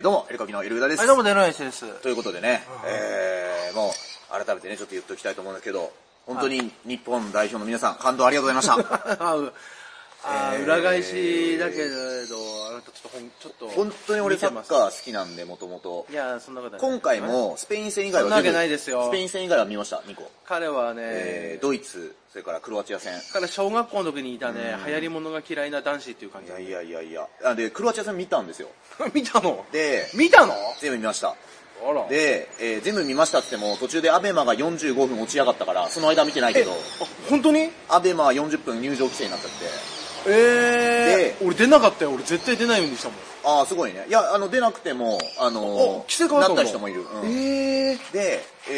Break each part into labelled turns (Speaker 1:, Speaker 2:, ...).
Speaker 1: どうも、エルカキのエルグダです。
Speaker 2: はい、どうも、デロエンシです。
Speaker 1: ということでね、えー、もう、改めてね、ちょっと言っておきたいと思うんだけど、本当に日本代表の皆さん、感動ありがとうございました。
Speaker 2: あうあ
Speaker 1: えー
Speaker 2: 裏返しだけれど、あなたちょっとほん、ちょっと。
Speaker 1: 本当に俺サッ
Speaker 2: 見て
Speaker 1: カー好きなんで、もともと
Speaker 2: ます。いや、そんなことない。
Speaker 1: 今回も、スペイン戦以外は
Speaker 2: そんなわけ
Speaker 1: 全部
Speaker 2: ないですよ
Speaker 1: スペイン戦以外は見ました、2個。
Speaker 2: 彼はね、
Speaker 1: えー、ドイツ、それからクロアチア戦。
Speaker 2: から小学校の時にいたね、流行り物が嫌いな男子っていう感
Speaker 1: い
Speaker 2: じ。
Speaker 1: やいやいやいや。あで、クロアチア戦見たんですよ。
Speaker 2: 見たの
Speaker 1: で、
Speaker 2: 見たの
Speaker 1: 全部見ました。
Speaker 2: あら。
Speaker 1: で、えー全部見ましたって言っても、途中でアベマが45分落ちやがったから、その間見てないけど、
Speaker 2: あ、本当にえ
Speaker 1: アベマは40分入場規制になっちゃって。
Speaker 2: ー、
Speaker 1: で
Speaker 2: 俺出なかったよ。俺絶対出ないようにしたもん。
Speaker 1: ああ、すごいね。いや、あの、出なくても、あの
Speaker 2: お、規制変わっ
Speaker 1: な
Speaker 2: た
Speaker 1: んっ
Speaker 2: だ
Speaker 1: た人もいる。うん
Speaker 2: えー、
Speaker 1: で、え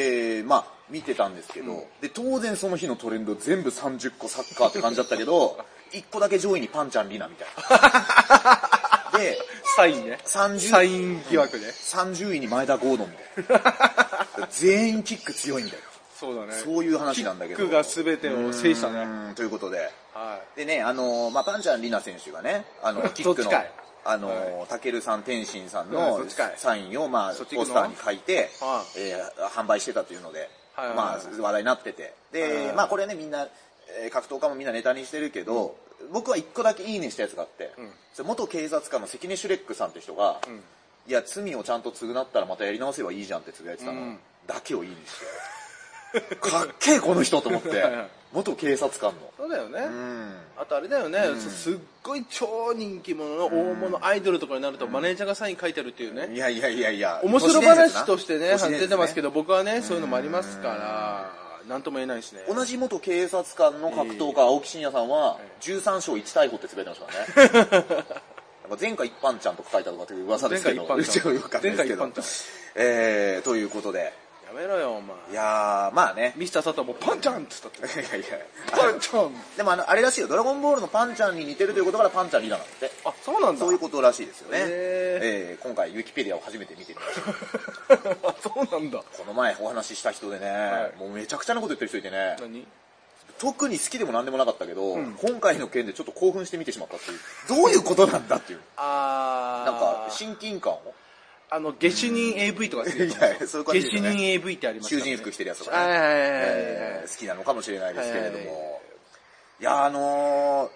Speaker 1: ー、まあ、見てたんですけど、
Speaker 2: うん
Speaker 1: で、当然その日のトレンド全部30個サッカーって感じだったけ ど、1個だけ上位にパンちゃんリナみたいな。 で、
Speaker 2: サインね。サ
Speaker 1: 30
Speaker 2: イン疑惑ね。
Speaker 1: 30位に前田ゴードンみたい な。全員キック強いんだよ。
Speaker 2: そうだね。
Speaker 1: そういう話なんだけど。
Speaker 2: キックが全てを制した
Speaker 1: う
Speaker 2: ね。
Speaker 1: ーんということで。
Speaker 2: は
Speaker 1: でね、あのーまあ、パンちゃんリナ選手がね、あの、キック
Speaker 2: そっち
Speaker 1: の
Speaker 2: かい、
Speaker 1: あのーたけるさん、天心さん
Speaker 2: う
Speaker 1: の
Speaker 2: んそっちかい
Speaker 1: サインを、まあ、
Speaker 2: そっち
Speaker 1: ポ
Speaker 2: 行く
Speaker 1: ス
Speaker 2: の
Speaker 1: ターに書いて
Speaker 2: は、
Speaker 1: えー販売してたというので、
Speaker 2: はいはい
Speaker 1: ま
Speaker 2: は
Speaker 1: あ、話題になってて。
Speaker 2: はいはいは
Speaker 1: で
Speaker 2: い、
Speaker 1: まあ、これね、みんな、えー格闘家もみんなネタにしてるけど、僕は一個だけいいねしたやつがあって、
Speaker 2: ん
Speaker 1: それ元警察官の関根シュレックさんって人が、
Speaker 2: ん
Speaker 1: いや、罪をちゃんと償ったらまたやり直せばいいじゃんってつぶやいてたの、
Speaker 2: うん
Speaker 1: だけをいいねして。かっけえ、この人と思って
Speaker 2: はいはい。
Speaker 1: 元警察官の。
Speaker 2: そうだよね。
Speaker 1: うん
Speaker 2: あとあれだよね、すっごい超人気者の大物アイドルとかになるとマネージャーがサイン書いてるっていう
Speaker 1: い
Speaker 2: ね、
Speaker 1: やいやいやいや。
Speaker 2: 面白話としてね
Speaker 1: 都市伝説な
Speaker 2: 出てますけど僕はねそういうのもありますからなんとも言えないしね
Speaker 1: 同じ元警察官の格闘家、青木真也さんは、13勝1逮捕ってつぶやいてましたから ね。なんか前回一般ちゃんとか書いたとかっていう噂ですけど、
Speaker 2: 前回一般ち
Speaker 1: う
Speaker 2: ゃん
Speaker 1: ちはよくわかんないですけど
Speaker 2: 前回一般
Speaker 1: えー、ということで、
Speaker 2: やめろよお前
Speaker 1: いやー、まあね。
Speaker 2: ミスター佐藤もパンちゃんっつっ たって
Speaker 1: いやいや。
Speaker 2: パンちゃん
Speaker 1: でもあの、あれらしいよ、ドラゴンボールのパンちゃんに似てるということからパンちゃんリーダーなんだって。
Speaker 2: あそうなんだ
Speaker 1: そういうことらしいですよね。
Speaker 2: へー
Speaker 1: えー、今回、ウィキペディアを初めて見てみました。
Speaker 2: あそうなんだ
Speaker 1: この前お話しした人でね、
Speaker 2: はい
Speaker 1: もうめちゃくちゃなこと言ってる人いてね。
Speaker 2: 何
Speaker 1: 特に好きでも何でもなかったけど、今回の件でちょっと興奮して見てしまったっていう、どういうことなんだっていう、
Speaker 2: あー
Speaker 1: なんか親近感を、
Speaker 2: あの下手人 AV とか好きだと思
Speaker 1: いやいやそういう
Speaker 2: う
Speaker 1: 感
Speaker 2: んで
Speaker 1: じ
Speaker 2: す
Speaker 1: です
Speaker 2: よ
Speaker 1: よね
Speaker 2: 下手人 AV ってあります
Speaker 1: 囚
Speaker 2: からね
Speaker 1: 人服着てるやつと
Speaker 2: は
Speaker 1: か
Speaker 2: い
Speaker 1: ね、
Speaker 2: はいはいはい
Speaker 1: えー好きなのかもしれないですけれど
Speaker 2: はいはい
Speaker 1: も、いや、あの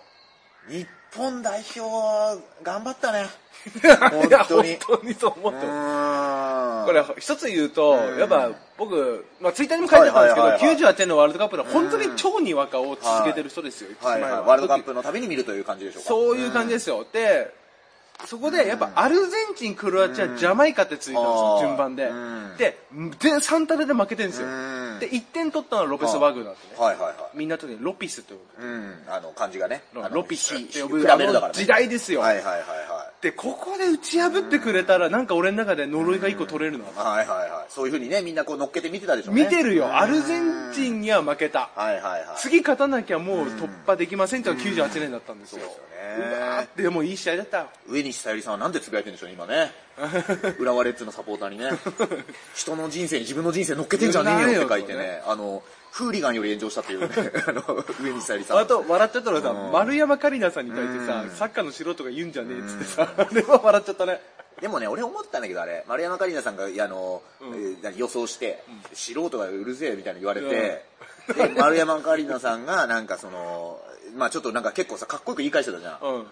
Speaker 1: ー、日本代表は頑張ったね、
Speaker 2: い や
Speaker 1: 本当に。
Speaker 2: 本当にそう思った
Speaker 1: こ
Speaker 2: これ、一つ言うと、やっぱ僕、まあ、ツイッターにも書いてたんですけど、
Speaker 1: はいはいはい
Speaker 2: 98点のワールドカップの本当に超にわかを続けてる人ですよ、一
Speaker 1: はい
Speaker 2: 枚
Speaker 1: はい、
Speaker 2: は
Speaker 1: ワールドカップのために見るという感じでしょうか。
Speaker 2: そういう感じですよ。で、そこでやっぱアルゼンチン、クロアチア、ジャマイカってついた
Speaker 1: あ
Speaker 2: んですよ
Speaker 1: ー、
Speaker 2: 順番で
Speaker 1: うん。
Speaker 2: で、全3タレで負けてるんですよ
Speaker 1: うん。
Speaker 2: で、1点取ったのはロペス・ワグナーってね。
Speaker 1: はいはいはい。
Speaker 2: みんなとね、ロピスって呼ぶ。
Speaker 1: うん、あの、感じがね。あの
Speaker 2: ロピスって呼ぶ。
Speaker 1: 比べるだからね。
Speaker 2: 時代ですよ。
Speaker 1: はいはいはいはい。
Speaker 2: で、ここで打ち破ってくれたら、なんか俺の中で呪いが1個取れるな。
Speaker 1: はいはいはい。そういうふうにね、みんなこう乗っけて見てたでしょうね。
Speaker 2: 見てるよ、アルゼンチンには負けた。
Speaker 1: はいはいはい。
Speaker 2: 次勝たなきゃもう突破できませんってのが98年だったんですよ。
Speaker 1: そうですよね
Speaker 2: うわーってでもいい試合だったよ。
Speaker 1: 上西さゆりさんはなんでつぶやいてるんでしょうね、今 ね。浦和レッズのサポーターにね。人の人生に自分の人生乗っけてんじゃねえよって書いて
Speaker 2: 乗っけ
Speaker 1: ね。あの、フーリガンより炎上したって いうね。あの、上西さゆりさん。
Speaker 2: あと、笑っちゃったのがさ、丸山桂里奈さんに対してさ、サッカーの素人が言うんじゃねえっつってさ、あれは笑っちゃったね。
Speaker 1: でもね、俺思ったんだけど、あれ、丸山桂里奈さんが、あの、えー何予想して、素人がうるせえみたいに言われて、で、丸山桂里奈さんが、なんかその、まあちょっとなんか結構さ、かっこよく言い返してたじゃん。
Speaker 2: うん。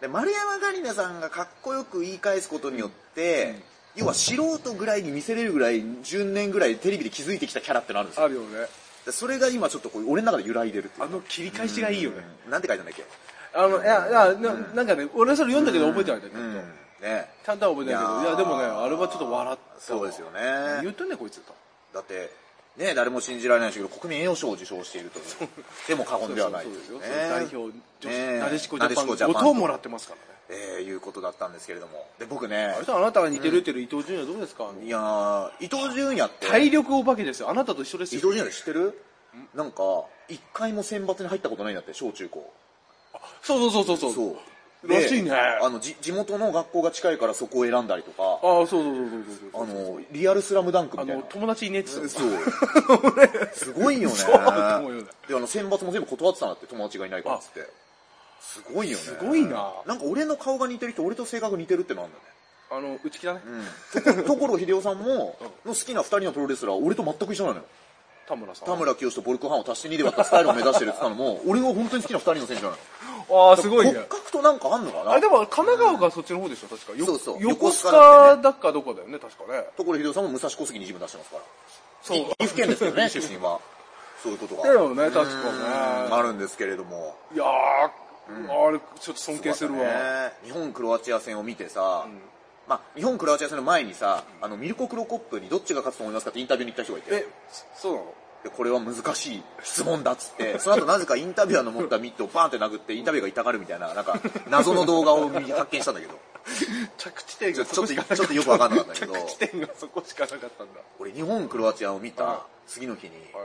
Speaker 1: で丸山桂里奈さんがかっこよく言い返すことによって、要は素人ぐらいに見せれるぐらい10年ぐらいテレビで築いてきたキャラってのあるんですよ
Speaker 2: あるよね。
Speaker 1: でそれが今ちょっとこう俺の中で揺らいでるってい
Speaker 2: あ
Speaker 1: う
Speaker 2: の切り返しがいいよね。
Speaker 1: なんて書いたんだっけ
Speaker 2: あの、いや、いや、ななんかね、俺それ読んだけど覚えてないんだけ
Speaker 1: うん
Speaker 2: ど。
Speaker 1: ね
Speaker 2: ちゃんとは覚えてないけど、
Speaker 1: い
Speaker 2: い
Speaker 1: やー
Speaker 2: や、でもね、あれはちょっと笑ったわ。
Speaker 1: そうですよね
Speaker 2: 言うとんねんこいつと。
Speaker 1: だってね誰も信じられないですけど国民栄誉賞を受賞しているというでも過言ではない
Speaker 2: そう
Speaker 1: とい
Speaker 2: です
Speaker 1: う
Speaker 2: よ。
Speaker 1: ね
Speaker 2: 代表、女
Speaker 1: ね
Speaker 2: 子、なでしこジャパ
Speaker 1: な
Speaker 2: ン
Speaker 1: でしこ
Speaker 2: の
Speaker 1: ジャパン
Speaker 2: 5等もらってますからね。
Speaker 1: えーいうことだったんですけれどもで僕ね
Speaker 2: あれとあなたが似てるって言ってる伊藤純也どうですか
Speaker 1: いやー伊藤純也って
Speaker 2: 体力お化けですよ。あなたと一緒です
Speaker 1: 伊
Speaker 2: よ。
Speaker 1: 藤純也知ってるなんか一回も選抜に入ったことないんだって小中高
Speaker 2: そうそうそうそう。
Speaker 1: そうで
Speaker 2: らしいね
Speaker 1: あのじ地元の学校が近いからそこを選んだりとか
Speaker 2: ああ、そうそうそうそうそうそう。
Speaker 1: あのリアルスラムダンク
Speaker 2: あ
Speaker 1: みたい
Speaker 2: の、
Speaker 1: な
Speaker 2: 友達いねえって言ってた
Speaker 1: そうす ごいよね
Speaker 2: そうだと思うよね
Speaker 1: であの選抜も全部断ってたんだって友達がいないからっつってすごいよねす
Speaker 2: ごいな
Speaker 1: なんか俺の顔が似てる人俺と性格似てるってのあんだね
Speaker 2: あの内気だね、
Speaker 1: うん、所秀夫さんもの好きな2人のプロレスラー俺と全く一緒なのよ
Speaker 2: 田村さん
Speaker 1: 田村清とボルクハンを足して2で割ったスタイルを目指してるって言ったのも俺が本当に好きな2人の選手なの
Speaker 2: ああすごいね
Speaker 1: 骨格となんかあんのか
Speaker 2: あ
Speaker 1: な
Speaker 2: でも神奈川がそっちの方でしょ確かよ
Speaker 1: そうそう
Speaker 2: 横須
Speaker 1: 横須賀だ
Speaker 2: 賀だかどこだよね確かね
Speaker 1: 所秀夫さんも武蔵小杉に自分出してますから
Speaker 2: そう
Speaker 1: 岐岐阜県ですけどね出身はそういうことが
Speaker 2: だよね確か
Speaker 1: うん
Speaker 2: ね
Speaker 1: あるんですけれども
Speaker 2: いやー、あれちょっと尊敬するわ、
Speaker 1: ね日本クロアチア戦を見てさ、まあ、日本クロアチア戦の前にさ、あのミルコ・クロコップにどっちが勝つと思いますかってインタビューに行った人がいて
Speaker 2: えそそうなの
Speaker 1: でこれは難しい質問だっつってその後なぜかインタビュアーの持ったミットをバーンって殴ってインタビューが痛がるみたいななんか謎の動画を見発見したんだけど
Speaker 2: 着地点
Speaker 1: ちょ
Speaker 2: が
Speaker 1: ち
Speaker 2: そ
Speaker 1: ょっ
Speaker 2: ことし
Speaker 1: ちょっ
Speaker 2: かなかった
Speaker 1: とよく分かんなかったけど
Speaker 2: 着地点がそこしかなかったんだ
Speaker 1: 俺日本クロアチアを見た
Speaker 2: は
Speaker 1: 次の日に
Speaker 2: はい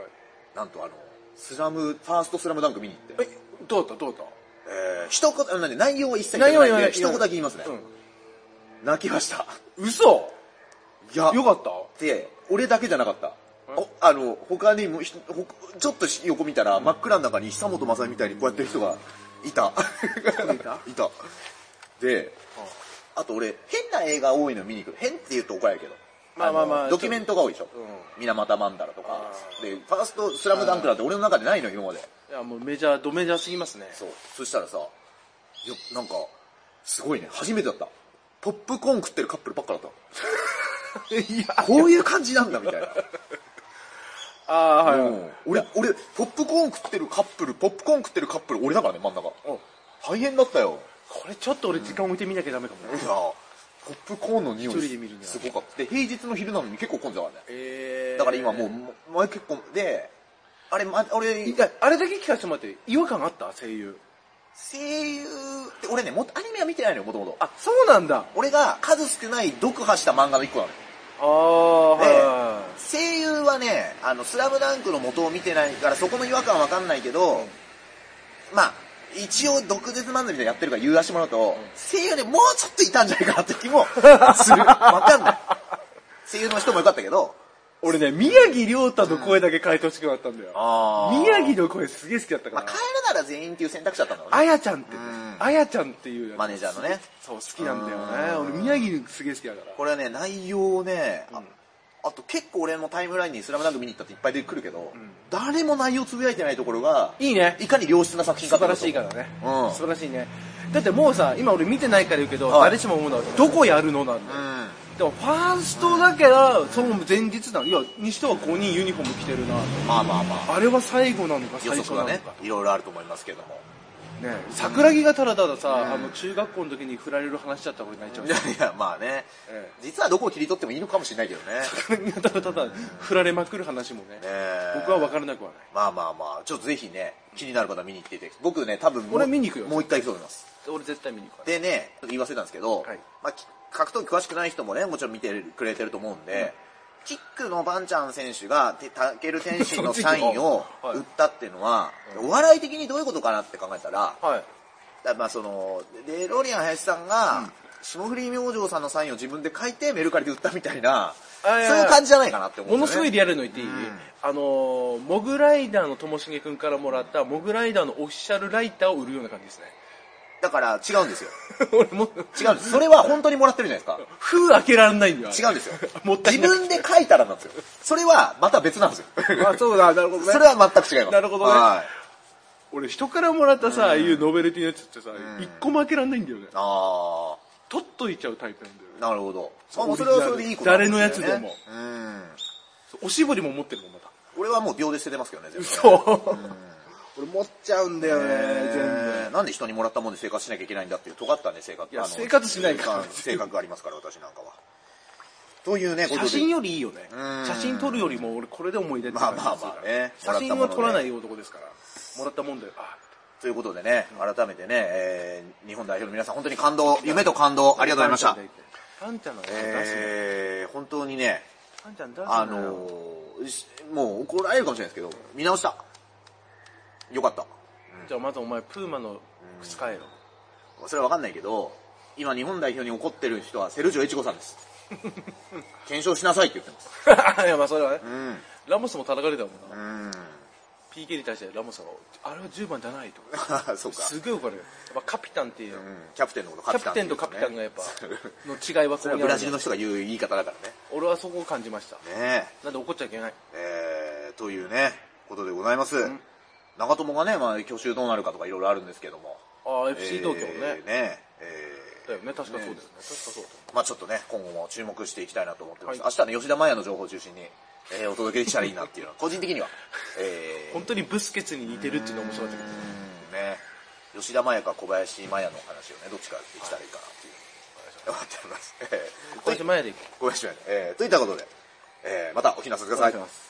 Speaker 1: なんとあのスラムファーストスラムダンク見に行って、
Speaker 2: えどうだったどうだっ
Speaker 1: えー、一言あのなんで内容は一切
Speaker 2: た
Speaker 1: 言ってないんで
Speaker 2: 一
Speaker 1: 一言だけ言いますね、泣きました
Speaker 2: うん、嘘
Speaker 1: いや
Speaker 2: よかった
Speaker 1: で俺だけじゃなかったおあの他にもひほちょっと横見たら真っ暗の中に久本雅美みたいにこうやってる人がいた
Speaker 2: いた
Speaker 1: いたであと俺変な映画多いの見に行く変って言うと怒られるけど
Speaker 2: まあまあまあ
Speaker 1: のドキュメントが多いでしょ
Speaker 2: う
Speaker 1: 水俣マンダラとか
Speaker 2: あ
Speaker 1: でファーストスラムダンクなんて俺の中でないの今まで
Speaker 2: いやもうメジャードメジャーすぎますね
Speaker 1: そうそしたらさいやなんかすごいね初めてだったポップコーン食ってるカップルばっかだった
Speaker 2: いや
Speaker 1: こういう感じなんだみたいな
Speaker 2: ああはい、はい
Speaker 1: うん俺、俺、ポップコーン食ってるカップル、ポップコーン食ってるカップル、俺だからね、真ん中。
Speaker 2: うん
Speaker 1: 大変だったよ。
Speaker 2: これちょっと俺時間置いてみなきゃダメかも、
Speaker 1: いやポップコーンの匂
Speaker 2: 一人で
Speaker 1: い
Speaker 2: 見るには
Speaker 1: すごかった。で、平日の昼なのに結構混んでたからね。
Speaker 2: えー
Speaker 1: だから今もう、も前結構、で、あれ、ま、俺
Speaker 2: い、やあれだけ聞かせてもらって違和感あった声優
Speaker 1: 声優って、俺ね、もとアニメは見てないのよ、もともと。
Speaker 2: あそうなんだ
Speaker 1: 俺が数少ない読破した漫画の一個なのよ。
Speaker 2: ああはいは
Speaker 1: で、声優はね、あの、スラムダンクの元を見てないから、そこの違和感わかんないけど、まあ、一応、毒舌漫才みたいなのやってるから言わしてもらうと、声優ね、もうちょっといたんじゃないかなって気も する。わかんない。声優の人もよかったけど、
Speaker 2: い俺ね宮城亮太の声だけ変えてほしくなったんだよ、
Speaker 1: あー
Speaker 2: 宮城の声すげえ好きだったか
Speaker 1: ま
Speaker 2: ら、
Speaker 1: あ、変えるなら全員っていう選択肢だったんだろう
Speaker 2: あ
Speaker 1: ね。
Speaker 2: やちゃんってね
Speaker 1: うん
Speaker 2: あやちゃんっていうやつ
Speaker 1: マネージャーのね。
Speaker 2: そう好きなんだよね俺宮城すげえ好きだから
Speaker 1: これはね、内容をね、あ
Speaker 2: うん
Speaker 1: あと結構俺のタイムラインにスラムダンク見に行ったっていっぱい出てくるけど、誰も内容つぶやいてないところが、
Speaker 2: いいね
Speaker 1: いかに良質な作品か
Speaker 2: 素
Speaker 1: って
Speaker 2: 晴
Speaker 1: こ
Speaker 2: ら
Speaker 1: と
Speaker 2: しいからね、
Speaker 1: うん
Speaker 2: 素晴らしいねだってもうさ今俺見てないから言うけど、
Speaker 1: はい
Speaker 2: 誰しも思うのはどこやるのなんだよ、
Speaker 1: うん。
Speaker 2: でもファーストだけどその前日なのいやにしては5人ユニフォーム着てるな
Speaker 1: まあまあまあ
Speaker 2: あれは最後なのか
Speaker 1: 予
Speaker 2: 最初
Speaker 1: 測
Speaker 2: な
Speaker 1: は
Speaker 2: のか、
Speaker 1: ねいろいろあると思いますけども
Speaker 2: ね桜木がただたださ、あの中学校の時に振られる話だったら俺泣いちゃう
Speaker 1: いやいやまあね、
Speaker 2: ええ
Speaker 1: 実はどこを切り取ってもいいのかもしれないけどね
Speaker 2: 桜木がただただ振られまくる話もね
Speaker 1: え
Speaker 2: 僕は分からなくはない
Speaker 1: まあまあまあちょっとぜひね気になる方は見に行っていて僕ね多分もう
Speaker 2: 俺見に行くよ
Speaker 1: もう一回行くと思います
Speaker 2: 俺絶対見に行くから
Speaker 1: でねちょっと言い忘れたんですけど、
Speaker 2: はい
Speaker 1: まあ、き格闘技詳しくない人もねもちろん見てくれてると思うんで、キックのバンちゃん選手がてタケル天心のサインを売ったっていうのは、お笑い的にどういうことかなって考えたら、
Speaker 2: はい
Speaker 1: だからまあそのデロリアン林さんが霜降り明星さんのサインを自分で書いてメルカリで売ったみたいな
Speaker 2: あ
Speaker 1: そ
Speaker 2: い
Speaker 1: う
Speaker 2: やいや
Speaker 1: いう感じじゃないかなって思う
Speaker 2: も
Speaker 1: んで
Speaker 2: の
Speaker 1: す
Speaker 2: す
Speaker 1: よ
Speaker 2: ごい
Speaker 1: ね
Speaker 2: リアルの言っていい、
Speaker 1: うん
Speaker 2: あのーモグライダーのともしげくんからもらったモグライダーのオフィシャルライターを売るような感じですね
Speaker 1: だから違うんですよ
Speaker 2: 俺もう
Speaker 1: 違うんですそれは本当にもらってるじゃないで
Speaker 2: 封開けられないんだよ
Speaker 1: すか違うんですよ
Speaker 2: もった
Speaker 1: 自
Speaker 2: いない
Speaker 1: 分で書いたらなんですよそれはまた別なん ですよ
Speaker 2: あそうだなるほどね
Speaker 1: それは全く違います
Speaker 2: なるほどね
Speaker 1: はい
Speaker 2: 俺人からもらったさ、ああいうノベルティのやつってさ、
Speaker 1: ん
Speaker 2: 一個も開けられないんだよね
Speaker 1: あ
Speaker 2: 取っといちゃうタイプなんだよ
Speaker 1: あ
Speaker 2: ね
Speaker 1: なるほど
Speaker 2: そう
Speaker 1: まあそれはそれでいいことなんすよね
Speaker 2: 誰のやつでも
Speaker 1: うん
Speaker 2: そうおしぼりも持ってるもんまた
Speaker 1: 俺はもう秒で捨ててますけどね全部
Speaker 2: そう俺持っちゃうんだよね
Speaker 1: えーなんで人にもらったもんで生活しなきゃいけないんだっていう尖ったね性格
Speaker 2: いや
Speaker 1: あの
Speaker 2: 生活しないから
Speaker 1: 性格がありますから私なんかはというねこと
Speaker 2: 写
Speaker 1: で
Speaker 2: 真よりいいよね
Speaker 1: うん
Speaker 2: 写真撮るよりも俺これで思い出って
Speaker 1: まあ
Speaker 2: 感
Speaker 1: ま
Speaker 2: じ
Speaker 1: あ
Speaker 2: がする
Speaker 1: ま
Speaker 2: か
Speaker 1: あ
Speaker 2: ら
Speaker 1: ね
Speaker 2: 写真は撮らないい男ですからもらったもんだよあ
Speaker 1: ということでね改めてね、えー日本代表の皆さん本当に感動夢と感動ありがとうございました
Speaker 2: パンちゃんの出すなよ
Speaker 1: えー、本当にね
Speaker 2: パンちゃん出すなよ
Speaker 1: あのーしもう怒られるかもしれないですけど見直したよかった
Speaker 2: じゃあまずお前プーマの靴買えよ
Speaker 1: それは分かんないけど今日本代表に怒ってる人はセルジオ越後さんです 検証しなさいって言ってます
Speaker 2: いやまあそれはね
Speaker 1: うん
Speaker 2: ラモスも叩かれたもんな
Speaker 1: うん
Speaker 2: PK に対してラモスが「あれは10番じゃない」とか
Speaker 1: あ そうか、
Speaker 2: すごいわかるよやっぱカピタンっていう、
Speaker 1: うん、キャプテンのこと
Speaker 2: キャプテンとカピタン がやっぱの違いは
Speaker 1: それは
Speaker 2: ここに
Speaker 1: ブ
Speaker 2: あ
Speaker 1: ラ
Speaker 2: る
Speaker 1: ジル
Speaker 2: んだ
Speaker 1: の人が言う言い方だからね
Speaker 2: 俺はそこを感じました
Speaker 1: ね
Speaker 2: なんで怒っちゃいけない
Speaker 1: ええーというねことでございます、長友がね、まあ、去就どうなるかとかいろいろあるんですけども
Speaker 2: ああ FC 東京ね、
Speaker 1: えーねえー
Speaker 2: だよね確かそうですよね
Speaker 1: ね
Speaker 2: 確かそうだ
Speaker 1: まあちょっとね今後も注目していきたいなと思ってます、
Speaker 2: はい
Speaker 1: 明日はね吉田麻也の情報を中心に、えーお届けできたらいいなっていう のは個人的にはえー
Speaker 2: 本当にブスケツに似てるっていうのは面白かったけど
Speaker 1: うんね吉田麻也か小林麻也の話をねどっちからできたらいいかなっていう思っております、えー
Speaker 2: 小林前でいこう
Speaker 1: ごめんなさいね。えーといったことで、えーまたお聞きなさってください。
Speaker 2: お願いします